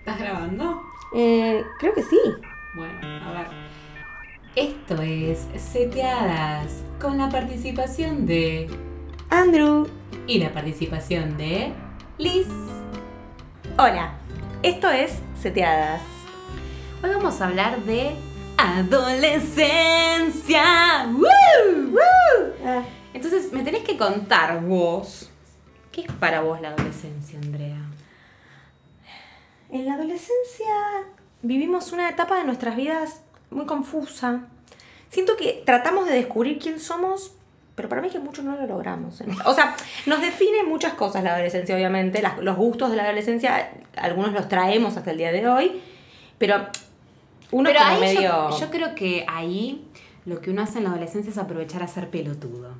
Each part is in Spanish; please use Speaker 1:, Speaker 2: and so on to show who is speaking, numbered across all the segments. Speaker 1: ¿Estás grabando?
Speaker 2: Eh, creo que sí.
Speaker 1: Bueno, a ver. Esto es Seteadas con la participación de.
Speaker 2: Andrew.
Speaker 1: y la participación de. Liz.
Speaker 3: Hola, esto es Seteadas.
Speaker 1: Hoy vamos a hablar de. ¡Adolescencia! ¡Woo! ¡Woo!
Speaker 2: Ah,
Speaker 1: Entonces, me tenés que contar vos. ¿Qué es para vos la adolescencia, Andrea?
Speaker 3: En la adolescencia vivimos una etapa de nuestras vidas muy confusa. Siento que tratamos de descubrir quién somos, pero para mí es que mucho no lo logramos. ¿eh? O sea, nos define muchas cosas la adolescencia, obviamente. Las- los gustos de la adolescencia, algunos los traemos hasta el día de hoy, pero uno
Speaker 1: Pero
Speaker 3: como
Speaker 1: ahí
Speaker 3: medio...
Speaker 1: yo, yo creo que ahí lo que uno hace en la adolescencia es aprovechar a ser pelotudo.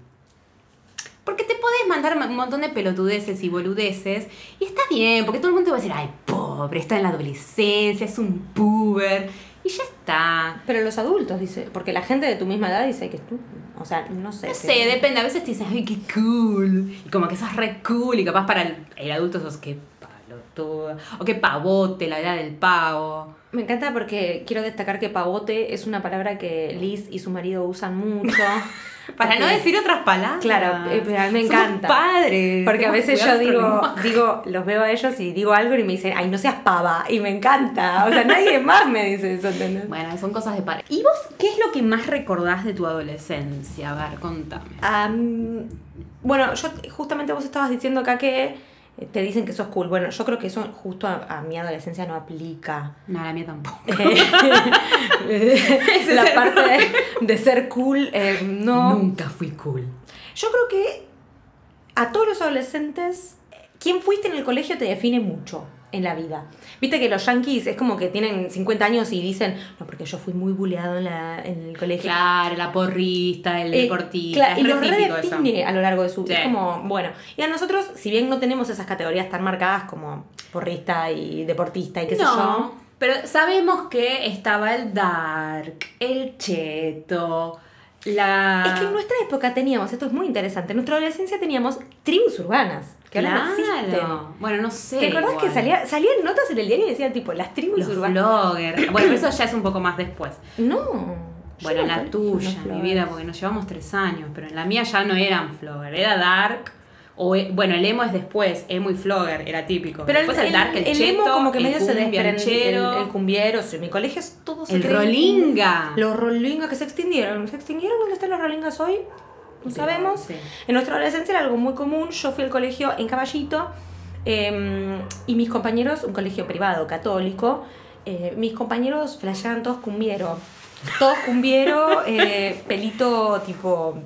Speaker 1: Porque te podés mandar ma- un montón de pelotudeces y boludeces. Y está bien, porque todo el mundo va a decir, ay, pobre, está en la adolescencia, es un puber. Y ya está.
Speaker 3: Pero los adultos, dice, porque la gente de tu misma edad dice que tú, o sea, no sé.
Speaker 1: No
Speaker 3: que-
Speaker 1: sé, depende. A veces te dicen, ay, qué cool. Y como que sos re cool. Y capaz para el, el adulto sos qué palotuda. O qué pavote, la edad del pavo.
Speaker 3: Me encanta porque quiero destacar que pavote es una palabra que Liz y su marido usan mucho.
Speaker 1: Para no
Speaker 3: Porque-
Speaker 1: decir otras palabras.
Speaker 3: Claro, eh, pero a mí me encanta.
Speaker 1: Somos padres.
Speaker 3: Porque a
Speaker 1: Tenemos
Speaker 3: veces
Speaker 1: que
Speaker 3: yo
Speaker 1: cuidar nuestro lenguaje.
Speaker 3: digo, digo, los veo a ellos y digo algo y me dicen, ay, no seas pava. Y me encanta. O sea, nadie más me dice eso, ¿entendés?
Speaker 1: Bueno, son cosas de padres. ¿Y vos qué es lo que más recordás de tu adolescencia? A ver, contame.
Speaker 3: Am, bueno, yo justamente vos estabas diciendo acá que eh, te dicen que sos cool. Bueno, yo creo que eso justo a, a mi adolescencia no aplica.
Speaker 1: No, la mía tampoco.
Speaker 3: Eh,
Speaker 1: es
Speaker 3: la
Speaker 1: el
Speaker 3: parte de, de ser cool, eh, no.
Speaker 1: Nunca fui cool.
Speaker 3: Yo creo que a todos los adolescentes, quién fuiste en el colegio te define mucho en la vida. Viste que los yankees es como que tienen 50 años y dicen, no, porque yo fui muy buleado en, la- en el colegio.
Speaker 1: Claro, la porrista, el
Speaker 3: Eh,
Speaker 1: deportista.
Speaker 3: claro,
Speaker 1: es
Speaker 3: y
Speaker 1: re
Speaker 3: lo
Speaker 1: típico eso.
Speaker 3: redefine a lo largo de su
Speaker 1: Sí.
Speaker 3: Es como, bueno. Y a nosotros, si bien no tenemos esas categorías tan marcadas como porrista y deportista y qué sé yo.
Speaker 1: No, pero sabemos que estaba el dark, el cheto, la...
Speaker 3: Es que en nuestra época teníamos, esto es muy interesante, en nuestra adolescencia teníamos tribus urbanas, que ahora no existen.
Speaker 1: Claro. Bueno, no sé.
Speaker 3: ¿Te acordás que
Speaker 1: igual.
Speaker 3: salía, salían notas en el diario y decían tipo las tribus
Speaker 1: Los
Speaker 3: urbanas?
Speaker 1: vloggers. Bueno, pero eso ya es un poco más después.
Speaker 3: No.
Speaker 1: Bueno,
Speaker 3: Yo
Speaker 1: la
Speaker 3: no conozco
Speaker 1: tuya,
Speaker 3: los
Speaker 1: mi
Speaker 3: flores.
Speaker 1: vida, porque nos llevamos tres años, pero en la mía ya no eran flogger, era dark. O, e- bueno, el emo es después, emo y flogger, era típico.
Speaker 3: Pero el,
Speaker 1: después el, dark, el,
Speaker 3: el
Speaker 1: cheto,
Speaker 3: emo como que
Speaker 1: el
Speaker 3: medio se
Speaker 1: cumbia, el
Speaker 3: desprende. El,
Speaker 1: chero,
Speaker 3: el cumbiero, sí, mi colegio es todo se
Speaker 1: el
Speaker 3: creen-
Speaker 1: rolinga.
Speaker 3: Los rolingas que se extinguieron. ¿Se extinguieron? ¿Dónde están los rolingas hoy? No
Speaker 1: Sí,
Speaker 3: sabemos.
Speaker 1: sí.
Speaker 3: En nuestra adolescencia era algo muy común. Yo fui al colegio en Caballito eh, y mis compañeros, un colegio privado católico, eh, mis compañeros flasheaban todos cumbiero. Todos cumbiero, eh, pelito tipo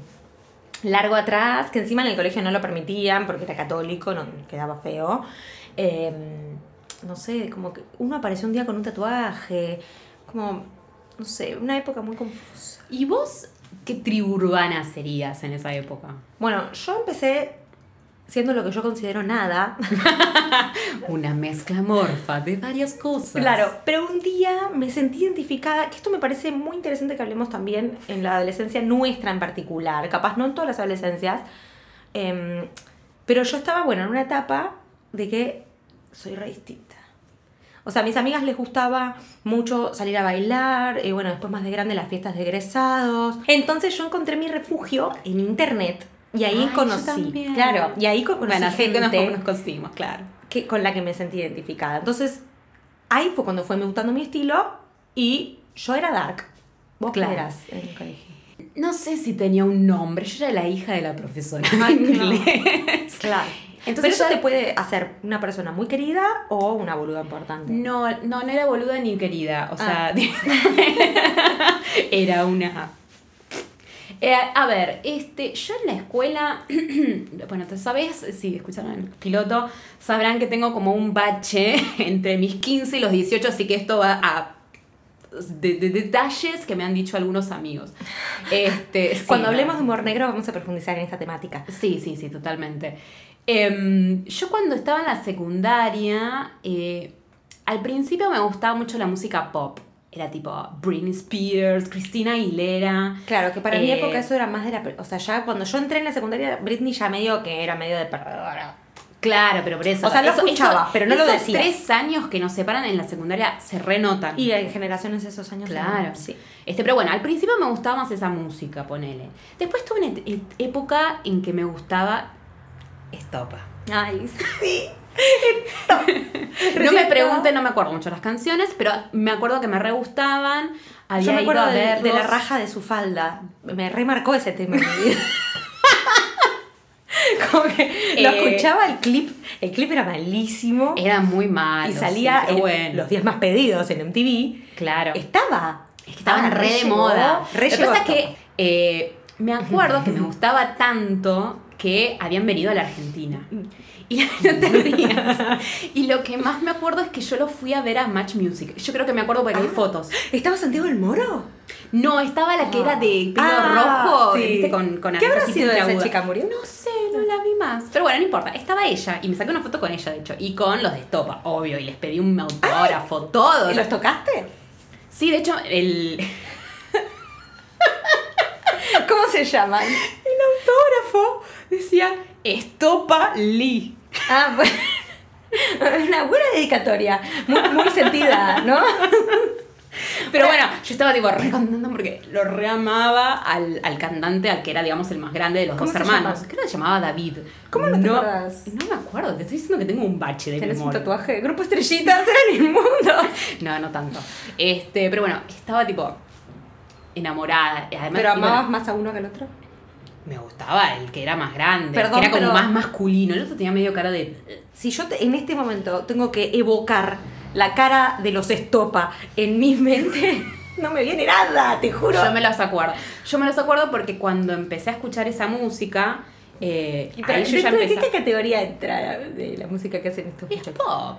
Speaker 3: largo atrás, que encima en el colegio no lo permitían porque era católico, no quedaba feo. Eh, no sé, como que uno apareció un día con un tatuaje, como, no sé, una época muy confusa.
Speaker 1: ¿Y vos qué tribu urbana serías en esa época?
Speaker 3: Bueno, yo empecé siendo lo que yo considero nada.
Speaker 1: Una mezcla morfa de varias cosas.
Speaker 3: Claro, pero un día me sentí identificada, que esto me parece muy interesante que hablemos también en la adolescencia nuestra en particular, capaz no en todas las adolescencias, em, pero yo estaba, bueno, en una etapa de que soy re distinta. O sea, a mis amigas les gustaba mucho salir a bailar, y bueno, después más de grande las fiestas de egresados. Entonces yo encontré mi refugio en internet y ahí
Speaker 1: Ay, yo
Speaker 3: conocí,
Speaker 1: también.
Speaker 3: claro, y ahí conocí
Speaker 1: Bueno, así que nos,
Speaker 3: gente
Speaker 1: nos conocimos, claro.
Speaker 3: que, con la que me sentí identificada. Entonces, ahí fue cuando fue me gustando mi estilo y yo era dark. Vos
Speaker 1: Claro.
Speaker 3: qué eras en el colegio.
Speaker 1: No sé si tenía un nombre, yo era la hija de la profesora.
Speaker 3: Ay, no.
Speaker 1: inglés.
Speaker 3: Claro. Entonces,
Speaker 1: Pero
Speaker 3: eso
Speaker 1: ya-
Speaker 3: te puede hacer una persona muy querida o una boluda importante.
Speaker 1: No, no, no era boluda ni querida. O sea,
Speaker 3: Ah.
Speaker 1: era una. Eh, a ver, este, yo en la escuela, bueno, tú sabes, si escucharon el piloto, sabrán que tengo como un bache entre mis 15 y los 18, así que esto va a de, de- detalles que me han dicho algunos amigos. Este, sí,
Speaker 3: Cuando
Speaker 1: no.
Speaker 3: hablemos de humor negro, vamos a profundizar en esta temática.
Speaker 1: Sí, sí, sí, totalmente. Em, yo cuando estaba en la secundaria, eh, al principio me gustaba mucho la música pop. Era tipo Britney Spears, Cristina Aguilera.
Speaker 3: Claro, que para mi
Speaker 1: Eh,
Speaker 3: época eso era más de la. O sea, ya cuando yo entré en la secundaria, Britney ya medio que era medio de perdedora.
Speaker 1: Claro, pero por eso.
Speaker 3: O sea, lo escuchaba, pero no lo
Speaker 1: esos
Speaker 3: decías.
Speaker 1: tres años que nos separan en la secundaria se renotan.
Speaker 3: Y en generaciones esos años.
Speaker 1: Ah, Claro.
Speaker 3: Sí.
Speaker 1: Este, pero bueno, al principio me gustaba más esa música, ponele. Después tuve una et- et- época en que me gustaba Estopa.
Speaker 3: Ay, sí.
Speaker 1: No me pregunten, no me acuerdo mucho las canciones, pero me acuerdo que me re gustaban. Había
Speaker 3: Yo me acuerdo
Speaker 1: ido a
Speaker 3: de, de
Speaker 1: verlos.
Speaker 3: la raja de su falda. Me remarcó ese tema en mi vida. Como que lo
Speaker 1: Eh,
Speaker 3: escuchaba el clip. El clip era malísimo.
Speaker 1: Era muy malo.
Speaker 3: y
Speaker 1: sí,
Speaker 3: salía
Speaker 1: pero
Speaker 3: en
Speaker 1: bueno.
Speaker 3: los 10 más pedidos en MTV.
Speaker 1: Claro.
Speaker 3: Estaba.
Speaker 1: Es que estaban
Speaker 3: Estaba,
Speaker 1: re de
Speaker 3: llegó,
Speaker 1: moda.
Speaker 3: Re
Speaker 1: Lo que
Speaker 3: llegó
Speaker 1: pasa es
Speaker 3: esto.
Speaker 1: que eh, me acuerdo que me gustaba tanto que habían venido a la Argentina. Y no te rías. Y lo que más me acuerdo es que yo lo fui a ver a Match Music. Yo creo que me acuerdo porque hay
Speaker 3: Ah.
Speaker 1: fotos.
Speaker 3: ¿Estaba Santiago del Moro?
Speaker 1: No, estaba la que era de pelo
Speaker 3: Ah,
Speaker 1: rojo,
Speaker 3: sí.
Speaker 1: ¿viste? Con, con
Speaker 3: ¿Qué habrá
Speaker 1: así
Speaker 3: sido de esa
Speaker 1: puntiaguda.
Speaker 3: chica? ¿Murió?
Speaker 1: No sé, no la vi más. Pero bueno, no importa. Estaba ella y me saqué una foto con ella, de hecho. Y con los de Estopa, obvio. Y les pedí un autógrafo, todo.
Speaker 3: ¿Los tocaste?
Speaker 1: Sí, de hecho, el,
Speaker 3: ¿Cómo se llaman?
Speaker 1: El autógrafo decía Estopa Lee.
Speaker 3: Ah, bueno. Una buena dedicatoria. Muy, muy sentida, ¿no?
Speaker 1: Pero bueno, yo estaba tipo re contenta porque lo reamaba al, al cantante, al que era, digamos, el más grande de los
Speaker 3: ¿Cómo
Speaker 1: dos
Speaker 3: se
Speaker 1: hermanos.
Speaker 3: llama?
Speaker 1: Creo que se llamaba David.
Speaker 3: ¿Cómo no te acordás?
Speaker 1: No me acuerdo, te estoy diciendo que tengo un bache de
Speaker 3: Tenés un
Speaker 1: memoria.
Speaker 3: tatuaje de grupo estrellitas en el mundo.
Speaker 1: No, no tanto. Este, pero bueno, estaba tipo enamorada. Además,
Speaker 3: Pero
Speaker 1: y bueno,
Speaker 3: amabas más a uno que al otro.
Speaker 1: me gustaba el que era más grande,
Speaker 3: Perdón,
Speaker 1: que era como
Speaker 3: pero-
Speaker 1: más masculino. El otro tenía medio cara de...
Speaker 3: Si yo te- en este momento tengo que evocar la cara de los estopa en mi mente, no me viene nada, te juro.
Speaker 1: Yo me los acuerdo. Yo me los acuerdo porque cuando empecé a escuchar esa música, eh,
Speaker 3: Y para-
Speaker 1: ahí yo ya
Speaker 3: ¿dentro de
Speaker 1: empecé.
Speaker 3: ¿Qué categoría entra de la música que hacen estos
Speaker 1: Es
Speaker 3: muchachos?
Speaker 1: pop.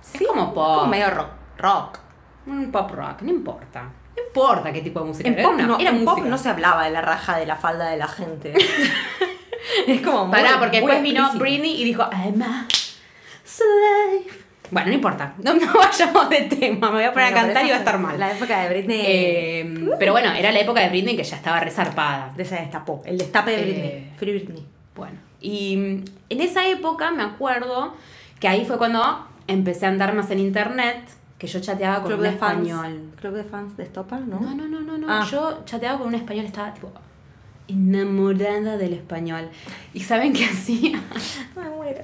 Speaker 3: Sí,
Speaker 1: es como pop.
Speaker 3: Como medio rock. Rock.
Speaker 1: Un pop rock, no importa. No importa qué tipo de música.
Speaker 3: En
Speaker 1: era
Speaker 3: pop,
Speaker 1: una-
Speaker 3: no,
Speaker 1: era
Speaker 3: en pop
Speaker 1: música.
Speaker 3: no se hablaba de la raja de la falda de la gente. es como muy-
Speaker 1: Pará, porque
Speaker 3: muy
Speaker 1: después vino
Speaker 3: explícito.
Speaker 1: Britney y dijo, además, slave. Bueno, no importa. No, no vayamos de tema. Me voy a poner
Speaker 3: Bueno,
Speaker 1: a cantar
Speaker 3: pero
Speaker 1: y va a
Speaker 3: esa
Speaker 1: estar
Speaker 3: fue
Speaker 1: mal.
Speaker 3: La época de Britney.
Speaker 1: Eh, pero bueno, era la época de Britney que ya estaba resarpada.
Speaker 3: de esa destapó. El destape de Britney.
Speaker 1: Eh,
Speaker 3: Free Britney.
Speaker 1: Bueno, y mm, en esa época me acuerdo que ahí fue cuando empecé a andar más en internet, que yo chateaba con un español.
Speaker 3: Club de fans de Estopa, ¿no?
Speaker 1: No, no, no, no, no.
Speaker 3: Ah.
Speaker 1: Yo chateaba con un español, estaba tipo enamorada del español. ¿Y saben qué hacía?
Speaker 3: Me muero.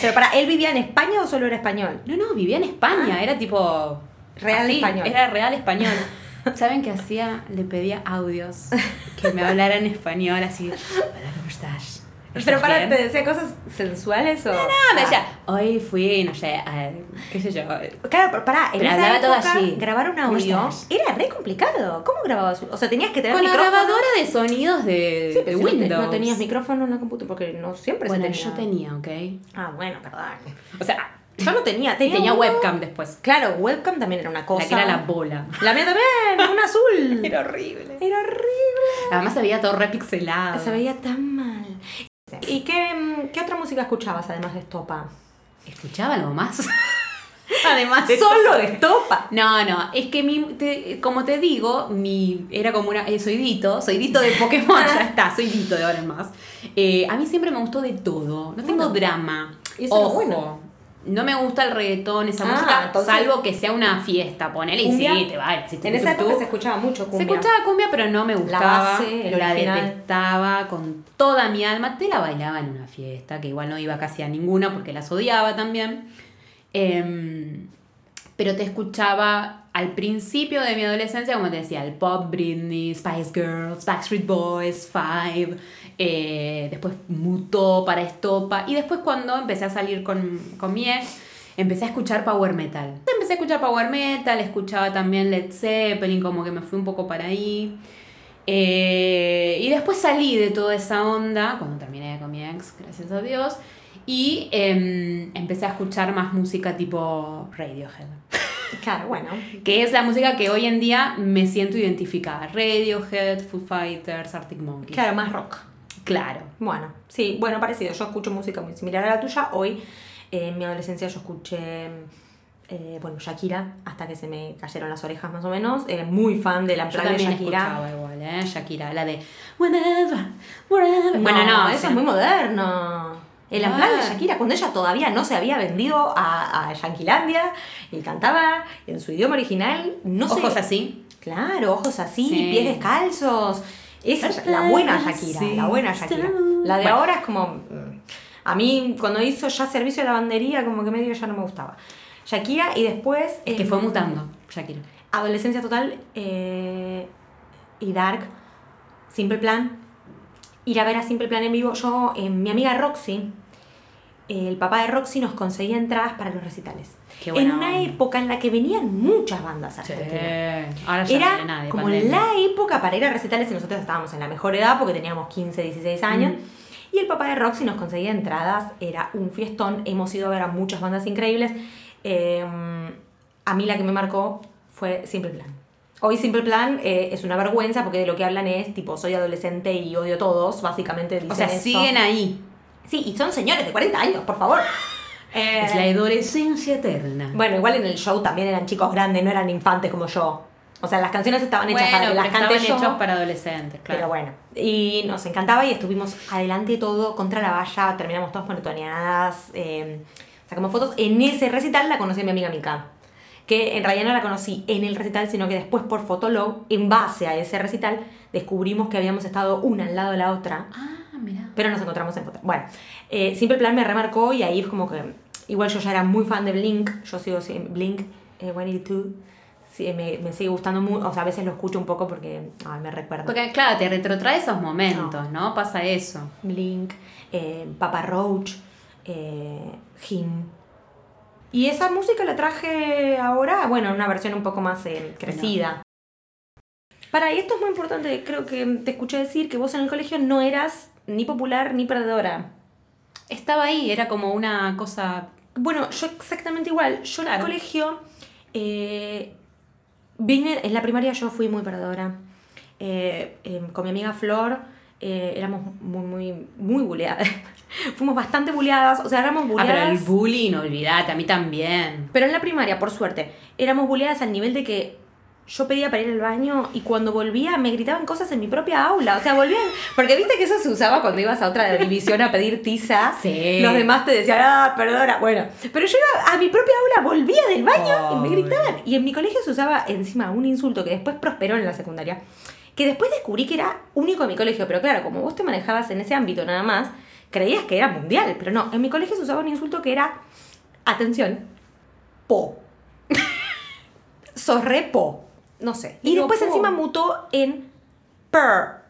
Speaker 3: Pero para, ¿él vivía en España o solo era español?
Speaker 1: No, no, vivía en España, era tipo...
Speaker 3: Real
Speaker 1: así,
Speaker 3: español.
Speaker 1: Era real español. ¿Saben qué hacía? Le pedía audios que me hablaran español, así, hola, ¿cómo estás?
Speaker 3: Pero
Speaker 1: ¿Estás
Speaker 3: para,
Speaker 1: bien?"
Speaker 3: ¿te decía cosas sensuales o.? No,
Speaker 1: Ah, me decía, hoy fui, no sé, a, qué sé yo.
Speaker 3: Claro, pero pará, en
Speaker 1: Pero
Speaker 3: esa
Speaker 1: hablaba todo
Speaker 3: época,
Speaker 1: así.
Speaker 3: grabar un
Speaker 1: ¿Cómo
Speaker 3: audio
Speaker 1: estás?
Speaker 3: era re complicado. ¿Cómo grababas? un- O sea, tenías que tener
Speaker 1: Con la
Speaker 3: micrófono.
Speaker 1: grabadora de sonidos de,
Speaker 3: Sí,
Speaker 1: de
Speaker 3: pero si no te-
Speaker 1: Windows.
Speaker 3: No, tenías micrófono en la computadora porque no siempre
Speaker 1: Bueno,
Speaker 3: se tenía.
Speaker 1: yo tenía, ¿ok?
Speaker 3: Ah, bueno, perdón.
Speaker 1: O sea,
Speaker 3: Yo no tenía. Tenía,
Speaker 1: tenía
Speaker 3: uno-
Speaker 1: webcam después.
Speaker 3: Claro, webcam también era una cosa.
Speaker 1: La que era la bola.
Speaker 3: La mía también, un azul.
Speaker 1: Era horrible.
Speaker 3: Era horrible.
Speaker 1: Además se veía todo repixelado.
Speaker 3: Se veía tan mal. ¿Y qué, mm, qué otra música escuchabas además de Estopa?
Speaker 1: ¿Escuchaba algo más? Además de
Speaker 3: Solo Estopa.
Speaker 1: No, no, es que mi, te- como te digo, mi era como una. eh, soy Dito, soy Dito de Pokémon, ya está, soy Dito de ahora en más. Eh, a mí siempre me gustó de todo, no tengo
Speaker 3: Bueno.
Speaker 1: drama.
Speaker 3: Y eso es lo
Speaker 1: Ojo,
Speaker 3: bueno.
Speaker 1: no me gusta el reggaetón, esa
Speaker 3: Ah,
Speaker 1: música,
Speaker 3: entonces-
Speaker 1: salvo que sea una fiesta, ponele y
Speaker 3: ¿Cumbia?
Speaker 1: sí, te va. Si te
Speaker 3: En esa
Speaker 1: tú-
Speaker 3: época se escuchaba
Speaker 1: Este,
Speaker 3: mucho
Speaker 1: se
Speaker 3: cumbia.
Speaker 1: escuchaba cumbia, pero no me gustaba.
Speaker 3: base, el
Speaker 1: la
Speaker 3: original.
Speaker 1: detestaba con toda mi alma. Te la bailaba en una fiesta, que igual no iba casi a ninguna porque las odiaba también. Em, pero te escuchaba al principio de mi adolescencia, como te decía, el pop, Britney, Spice Girls, Backstreet Boys, Five. eh, después mutó para Estopa. Y después, cuando empecé a salir con, con mi ex, empecé a escuchar power metal. Empecé a escuchar power metal, escuchaba también Led Zeppelin, como que me fui un poco para ahí. Eh, y después salí de toda esa onda, cuando terminé con mi ex, gracias a Dios, y em, empecé a escuchar más música tipo Radiohead,
Speaker 3: Claro, bueno.
Speaker 1: que es la música que hoy en día me siento identificada. Radiohead, Foo Fighters, Arctic Monkeys.
Speaker 3: Claro, más rock.
Speaker 1: Claro.
Speaker 3: Bueno, sí, bueno, parecido. Yo escucho música muy similar a la tuya. Hoy, eh, en mi adolescencia, yo escuché, eh, bueno, Shakira, hasta que se me cayeron las orejas más o menos. Eh, muy fan de la
Speaker 1: Yo
Speaker 3: plaga de
Speaker 1: también
Speaker 3: Shakira.
Speaker 1: escuchaba igual, ¿eh? Shakira, la de Whenever, Wherever. bueno, no,
Speaker 3: eso
Speaker 1: esa-
Speaker 3: es muy moderno. El Unplugged
Speaker 1: Ah.
Speaker 3: de Shakira, cuando ella todavía no se había vendido a, a Yanquilandia y cantaba en su idioma original, no sé.
Speaker 1: Ojos así.
Speaker 3: Claro, ojos así,
Speaker 1: Sí.
Speaker 3: pies descalzos. Esa es la buena Shakira,
Speaker 1: Sí.
Speaker 3: la buena Shakira. La de
Speaker 1: Bueno.
Speaker 3: ahora es como. mm, A mí, cuando hizo ya servicio de lavandería, como que medio ya no me gustaba. Shakira y después.
Speaker 1: Es que
Speaker 3: eh,
Speaker 1: fue mutando, Shakira.
Speaker 3: Adolescencia total eh, y Dark. Simple Plan. Ir a ver a Simple Plan en vivo. Yo, eh, mi amiga Roxy, el papá de Roxy nos conseguía entradas para los recitales.
Speaker 1: Qué buena
Speaker 3: en una
Speaker 1: onda.
Speaker 3: época en la que venían muchas bandas argentinas
Speaker 1: Ahora ya no
Speaker 3: era
Speaker 1: viene nadie,
Speaker 3: como
Speaker 1: pandemia.
Speaker 3: la época para ir a recitales y nosotros estábamos en la mejor edad porque teníamos 15, 16 años.
Speaker 1: Mm.
Speaker 3: Y el papá de Roxy nos conseguía entradas, era un fiestón, hemos ido a ver a muchas bandas increíbles. Eh, a mí la que me marcó fue Simple Plan. Hoy Simple Plan eh, es una vergüenza porque de lo que hablan es tipo soy adolescente y odio a todos, básicamente dicen
Speaker 1: O sea,
Speaker 3: eso.
Speaker 1: siguen ahí.
Speaker 3: Sí, y son señores de 40 años, por favor. Eh,
Speaker 1: Es la adolescencia eterna.
Speaker 3: bueno, igual en el show también eran chicos grandes, no eran infantes como yo. O sea, las canciones estaban hechas para que
Speaker 1: pero
Speaker 3: las cante
Speaker 1: estaban
Speaker 3: yo.
Speaker 1: hechos para adolescentes, claro.
Speaker 3: Pero bueno, y nos encantaba y estuvimos adelante de todo, contra la valla, terminamos todas monotoneadas, eh, sacamos fotos. En ese recital la conocí a mi amiga Mika, que en realidad no la conocí en el recital, sino que después por Fotolog, en base a ese recital, descubrimos que habíamos estado una al lado de la otra,
Speaker 1: Ah, mirá.
Speaker 3: pero nos encontramos en Fotolog. Bueno, eh, Simple Plan me remarcó y ahí es como que, igual yo ya era muy fan de Blink, yo sigo sin- Blink, eh, One y Two. Sí, me, me sigue gustando mucho, o sea, a veces lo escucho un poco porque ay, me recuerda.
Speaker 1: Porque, claro, te retrotrae esos momentos, ¿no? Pasa eso.
Speaker 3: Blink, eh, Papa Roach, eh, Him. Y esa música la traje ahora, bueno, en una versión un poco más eh, crecida. Para, y esto es muy importante, creo que te escuché decir que vos en el colegio no eras ni popular ni perdedora.
Speaker 1: Estaba ahí, era como una cosa.
Speaker 3: Bueno, yo exactamente igual. Yo en el
Speaker 1: Claro.
Speaker 3: colegio eh, vine, en la primaria yo fui muy perdedora. Eh, eh, con mi amiga Flor eh, éramos muy, muy, muy buleadas. Fuimos bastante buleadas, o sea, éramos
Speaker 1: Ah,
Speaker 3: buleadas.
Speaker 1: pero el
Speaker 3: pero,
Speaker 1: bullying, olvidate, a mí también.
Speaker 3: en la primaria, por suerte, éramos buleadas al nivel de que yo pedía para ir al baño y cuando volvía me gritaban cosas en mi propia aula. O sea, volvían. Porque viste que eso se usaba cuando ibas a otra división a pedir tiza.
Speaker 1: Sí.
Speaker 3: Los demás te decían, ah, perdona. Bueno, pero yo iba a mi propia aula, volvía del baño y me
Speaker 1: Pobre.
Speaker 3: gritaban. Y en mi colegio se usaba encima un insulto que después prosperó en la secundaria. Que después descubrí que era único en mi colegio. Pero claro, como vos te manejabas en ese ámbito nada más, creías que era mundial. Pero no, en mi colegio se usaba un insulto que era, atención, po. Sos re po. No sé. Y
Speaker 1: Digo,
Speaker 3: después
Speaker 1: po.
Speaker 3: encima mutó en per.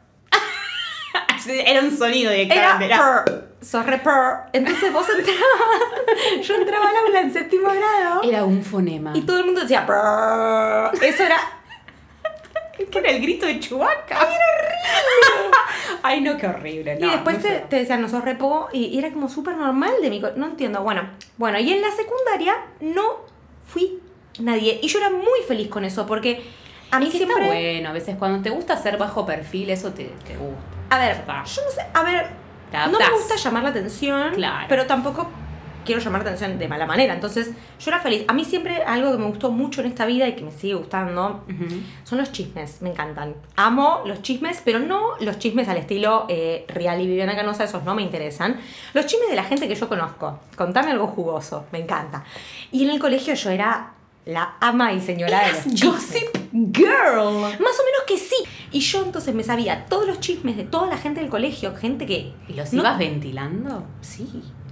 Speaker 1: Era un sonido de
Speaker 3: Era
Speaker 1: cámara.
Speaker 3: per. Sos re per. Entonces vos entrabas. Yo entraba al aula en séptimo grado.
Speaker 1: Era un fonema.
Speaker 3: Y todo el mundo decía per. Eso era.
Speaker 1: ¿Qué era el grito de Chubaca? ¡Ay, era horrible! Ay, no, qué horrible.
Speaker 3: y después te, te decían, no sos re po. Y, y era como súper normal de mi. co- No entiendo. Bueno, bueno, y en la secundaria no fui nadie. Y yo era muy feliz con eso porque a mí siempre.
Speaker 1: Está bueno, a veces cuando te gusta hacer bajo perfil, eso te, te gusta.
Speaker 3: A ver,
Speaker 1: Ya está.
Speaker 3: yo no sé, a ver,
Speaker 1: Te
Speaker 3: no me
Speaker 1: adaptás.
Speaker 3: gusta llamar la atención,
Speaker 1: Claro.
Speaker 3: pero tampoco quiero llamar la atención de mala manera. Entonces, yo era feliz. A mí siempre algo que me gustó mucho en esta vida y que me sigue gustando
Speaker 1: Ujú.
Speaker 3: son los chismes, me encantan. Amo los chismes, pero no los chismes al estilo eh, Real y Viviana Canosa, esos no me interesan. Los chismes de la gente que yo conozco. Contame algo jugoso, me encanta. Y en el colegio yo era la ama y señora de los
Speaker 1: Eras
Speaker 3: chismes.
Speaker 1: Gossip Girl.
Speaker 3: Más o menos que sí. Y yo entonces me sabía todos los chismes de toda la gente del colegio, gente que.
Speaker 1: ¿Y los
Speaker 3: no-
Speaker 1: ibas ventilando?
Speaker 3: Sí.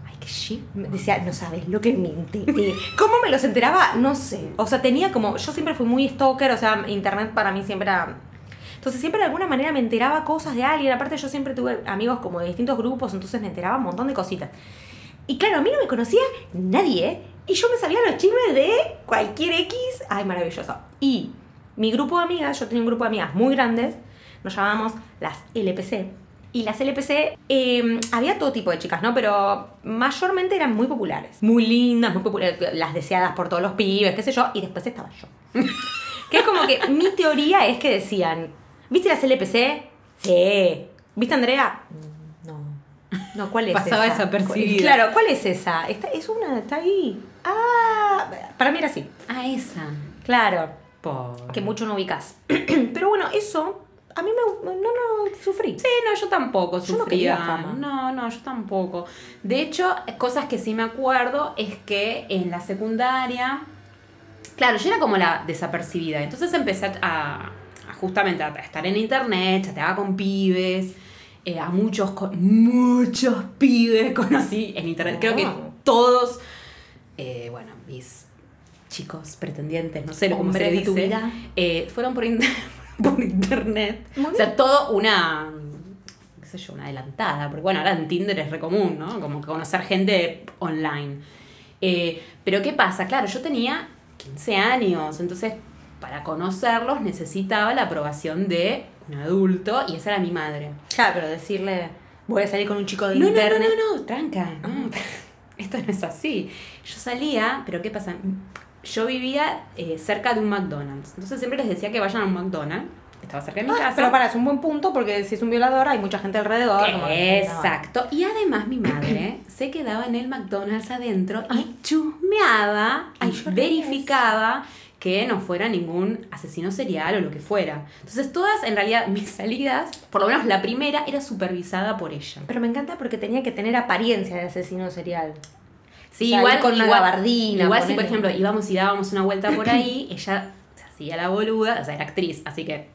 Speaker 3: Ay, qué shit. Me Decía, no sabes lo que me enteré. ¿Cómo me los enteraba? No sé. O sea, tenía como. Yo siempre fui muy stalker, o sea, internet para mí siempre era. Entonces siempre de alguna manera me enteraba cosas de alguien. Aparte, yo siempre tuve amigos como de distintos grupos, entonces me enteraba un montón de cositas. Y claro, a mí no me conocía nadie. Y yo me sabía los chismes de cualquier X. Ay, maravilloso. Y mi grupo de amigas, yo tenía un grupo de amigas muy grandes. Nos llamábamos las LPC. Y las LPC, eh, había todo tipo de chicas, ¿no? Pero mayormente eran muy populares. Muy lindas, muy populares. Las deseadas por todos los pibes, qué sé yo. Y después estaba yo. Que es como que mi teoría es que decían, ¿viste las LPC? Sí. ¿Viste Andrea? Mm, No. No, ¿cuál es
Speaker 1: Pasaba
Speaker 3: esa?
Speaker 1: desapercibida.
Speaker 3: Claro, ¿cuál es esa? Está, es una, está ahí. Ah, para mí era así.
Speaker 1: Ah, esa.
Speaker 3: Claro,
Speaker 1: Pobre.
Speaker 3: que mucho no ubicás. Pero bueno, eso a mí me, no, no sufrí.
Speaker 1: Sí, no, yo tampoco
Speaker 3: Yo no
Speaker 1: sufría.
Speaker 3: quería fama.
Speaker 1: no, no, yo tampoco. De hecho, cosas que sí me acuerdo es que en la secundaria, claro, yo era como la desapercibida. Entonces empecé a, a justamente a estar en internet, chateaba con pibes, eh, a muchos, con, muchos pibes conocí en internet. Creo que
Speaker 3: Wow.
Speaker 1: todos, eh, bueno, mis chicos pretendientes, no sé cómo se
Speaker 3: Hombres
Speaker 1: le
Speaker 3: de tu
Speaker 1: dice,
Speaker 3: vida.
Speaker 1: eh, fueron por, inter- por internet.
Speaker 3: Muy
Speaker 1: O sea, todo una, qué sé yo, una adelantada, porque bueno, ahora en Tinder es re común, ¿no? Como que conocer gente online. Eh, pero ¿qué pasa? Claro, yo tenía 15 años, entonces para conocerlos necesitaba la aprobación de un adulto y esa era mi madre.
Speaker 3: Claro, pero decirle, voy a salir con un chico de
Speaker 1: No, no,
Speaker 3: internet. Ah.
Speaker 1: no, no, no, tranca. no. Esto no es así. Yo salía, pero ¿qué pasa? Yo vivía eh, cerca de un McDonald's. Entonces siempre les decía que vayan a un McDonald's. Estaba cerca de mi
Speaker 3: Ah,
Speaker 1: casa.
Speaker 3: pero para, es un buen punto porque si es un violador hay mucha gente alrededor. como que, no.
Speaker 1: Exacto. Y además mi madre se quedaba en el McDonald's adentro y chusmeaba
Speaker 3: Ay,
Speaker 1: y
Speaker 3: yo
Speaker 1: verificaba que no fuera ningún asesino serial o lo que fuera. Entonces todas, en realidad, mis salidas, por lo menos la primera, era supervisada por ella.
Speaker 3: Pero me encanta porque tenía que tener apariencia de asesino serial.
Speaker 1: Sí,
Speaker 3: O sea,
Speaker 1: igual
Speaker 3: ir con una
Speaker 1: igual-
Speaker 3: gabardina,
Speaker 1: Igual si, por
Speaker 3: ponele.
Speaker 1: ejemplo, íbamos y dábamos una vuelta por ahí, ella se hacía la boluda, o sea, era actriz, así que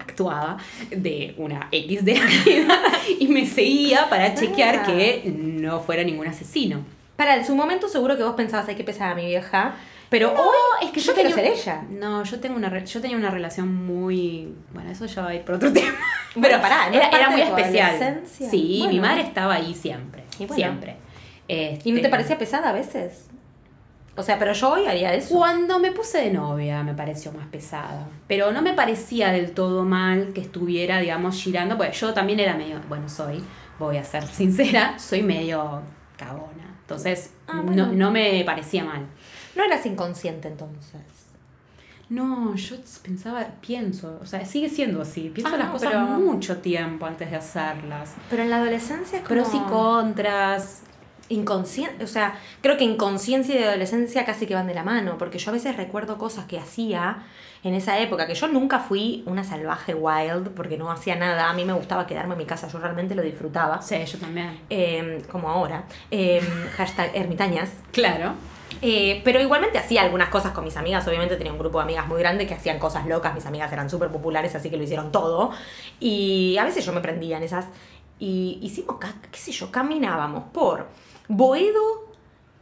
Speaker 1: actuaba de una X de la vida y me seguía para chequear
Speaker 3: Ah.
Speaker 1: que no fuera ningún asesino.
Speaker 3: Para, en su momento seguro que vos pensabas, ay, qué pesada mi vieja. Pero hoy,
Speaker 1: es
Speaker 3: que yo quiero ser ella.
Speaker 1: No, yo, tengo una re- yo tenía una relación muy... Bueno, eso ya va a ir por otro tema.
Speaker 3: Bueno, pará, Ah, ¿no es
Speaker 1: era, era
Speaker 3: parte
Speaker 1: muy
Speaker 3: de tu
Speaker 1: especial.
Speaker 3: adolescencia?
Speaker 1: Sí, mi
Speaker 3: Bueno.
Speaker 1: madre estaba ahí siempre.
Speaker 3: Y bueno.
Speaker 1: Siempre.
Speaker 3: ¿y no te
Speaker 1: Este,
Speaker 3: parecía pesada a veces? O sea, pero yo hoy haría eso.
Speaker 1: Cuando me puse de novia me pareció más pesada, pero no me parecía del todo mal que estuviera, digamos, girando, porque yo también era medio, bueno, soy, voy a ser sincera, soy medio cagona, entonces
Speaker 3: Ah, bueno.
Speaker 1: no, no me parecía mal.
Speaker 3: No eras inconsciente entonces.
Speaker 1: No, yo pensaba, pienso, o sea, sigue siendo así, pienso
Speaker 3: Ah,
Speaker 1: las
Speaker 3: no,
Speaker 1: cosas
Speaker 3: pero-
Speaker 1: mucho tiempo antes de hacerlas.
Speaker 3: Pero en la adolescencia es como...
Speaker 1: Pros y contras,
Speaker 3: inconsciente, o sea, creo que inconsciencia y adolescencia casi que van de la mano, porque yo a veces recuerdo cosas que hacía en esa época, que yo nunca fui una salvaje wild, porque no hacía nada, a mí me gustaba quedarme en mi casa, yo realmente lo disfrutaba,
Speaker 1: sí, yo también.
Speaker 3: eh, como ahora, eh, hashtag ermitañas,
Speaker 1: Claro.
Speaker 3: eh, pero igualmente hacía algunas cosas con mis amigas. Obviamente tenía un grupo de amigas muy grande que hacían cosas locas. Mis amigas eran súper populares, así que lo hicieron todo. Y a veces yo me prendía en esas. Y hicimos, ca- qué sé yo, caminábamos por Boedo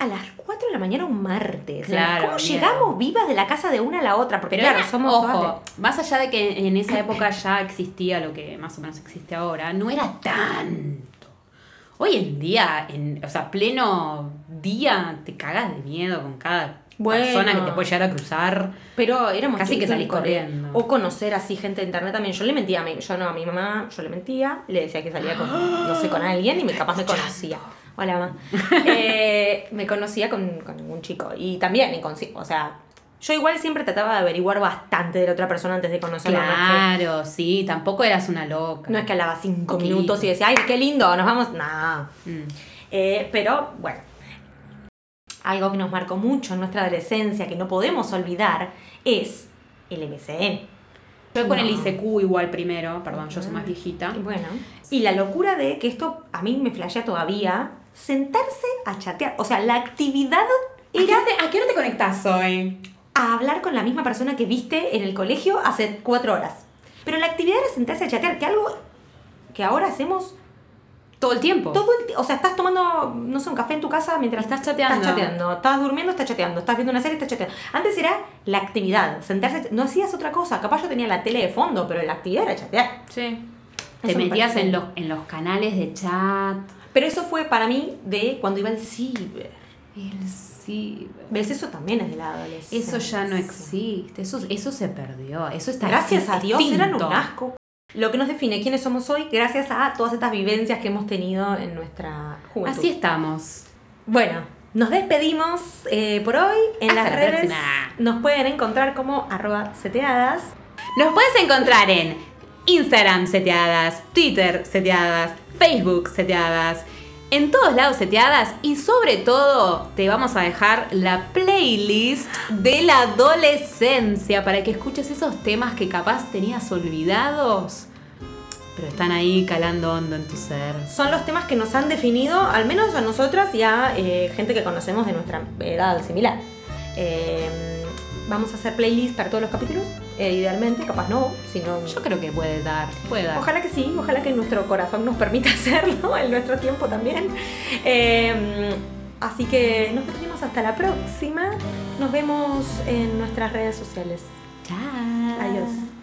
Speaker 3: a las 4 de la mañana un martes.
Speaker 1: Claro,
Speaker 3: ¿Cómo
Speaker 1: bien.
Speaker 3: llegamos vivas de la casa de una a la otra? Porque
Speaker 1: Pero
Speaker 3: claro,
Speaker 1: era-
Speaker 3: somos
Speaker 1: ojo,
Speaker 3: todas de-
Speaker 1: más allá de que en esa época ya existía lo que más o menos existe ahora, no era tanto. Hoy en día, en, o sea, pleno día, te cagas de miedo con cada
Speaker 3: Bueno.
Speaker 1: persona que te puede llegar a cruzar.
Speaker 3: Pero éramos
Speaker 1: Casi que
Speaker 3: chicos,
Speaker 1: salís
Speaker 3: co-
Speaker 1: corriendo.
Speaker 3: O conocer así gente de internet también. Yo le mentía a mi, yo no, a mi mamá, yo le mentía, le decía que salía con, no sé, con alguien y me capaz me conocía. Hola, mamá. Eh, me conocía con, con un chico. Y también, inconsci- o sea, yo igual siempre trataba de averiguar bastante de la otra persona antes de conocerla. No es que-
Speaker 1: Claro, sí, tampoco eras una loca.
Speaker 3: No es que hablaba cinco
Speaker 1: Poquito.
Speaker 3: minutos y decía, ay, qué lindo, nos vamos. No.
Speaker 1: Mm.
Speaker 3: Eh, pero bueno, algo que nos marcó mucho en nuestra adolescencia, que no podemos olvidar, es el MCN.
Speaker 1: Yo con el
Speaker 3: No. Ah.
Speaker 1: ICQ igual primero, perdón, yo soy más viejita.
Speaker 3: Y Bueno. Y la locura de que esto a mí me flashea todavía, sentarse a chatear. O sea, la actividad era
Speaker 1: ¿A qué hora te conectás hoy?
Speaker 3: a hablar con la misma persona que viste en el colegio hace cuatro horas. Pero la actividad era sentarse a chatear, que algo que ahora hacemos
Speaker 1: Todo el tiempo.
Speaker 3: todo el ti- O sea, estás tomando, no sé, un café en tu casa mientras
Speaker 1: Estás chateando.
Speaker 3: Estás chateando, estás durmiendo, estás chateando, estás viendo una serie, estás chateando. Antes era la actividad, sentarse, a ch- no hacías otra cosa. Capaz yo tenía la tele de fondo, pero la actividad era chatear.
Speaker 1: Sí. Te
Speaker 3: Eso me
Speaker 1: metías
Speaker 3: parece.
Speaker 1: en los, en los canales de chat.
Speaker 3: Pero eso fue para mí de cuando iba al ciber.
Speaker 1: El ciber.
Speaker 3: ¿Ves? Eso también es de la adolescencia.
Speaker 1: Eso ya no existe, eso, eso se perdió, eso está
Speaker 3: Gracias a Dios,
Speaker 1: extinto.
Speaker 3: eran un asco. Lo que nos define quiénes somos hoy, gracias a todas estas vivencias que hemos tenido en nuestra juventud.
Speaker 1: Así estamos.
Speaker 3: Bueno, nos despedimos eh, por hoy. En
Speaker 1: Hasta
Speaker 3: las
Speaker 1: la
Speaker 3: redes
Speaker 1: próxima.
Speaker 3: nos pueden encontrar como arroba seteadas.
Speaker 1: Nos puedes encontrar en Instagram seteadas, Twitter seteadas, Facebook seteadas, en todos lados seteadas y sobre todo te vamos a dejar la playlist de la adolescencia para que escuches esos temas que capaz tenías olvidados pero están ahí calando hondo en tu ser.
Speaker 3: Son los temas que nos han definido, al menos a nosotras y a eh, gente que conocemos de nuestra edad similar. Eh, vamos a hacer playlists para todos los capítulos, eh, idealmente, capaz no, sino...
Speaker 1: Yo creo que puede dar, puede dar.
Speaker 3: Ojalá que sí, ojalá que nuestro corazón nos permita hacerlo, en nuestro tiempo también. Eh, así que nos vemos hasta la próxima. Nos vemos en nuestras redes sociales.
Speaker 1: Chao.
Speaker 3: Adiós.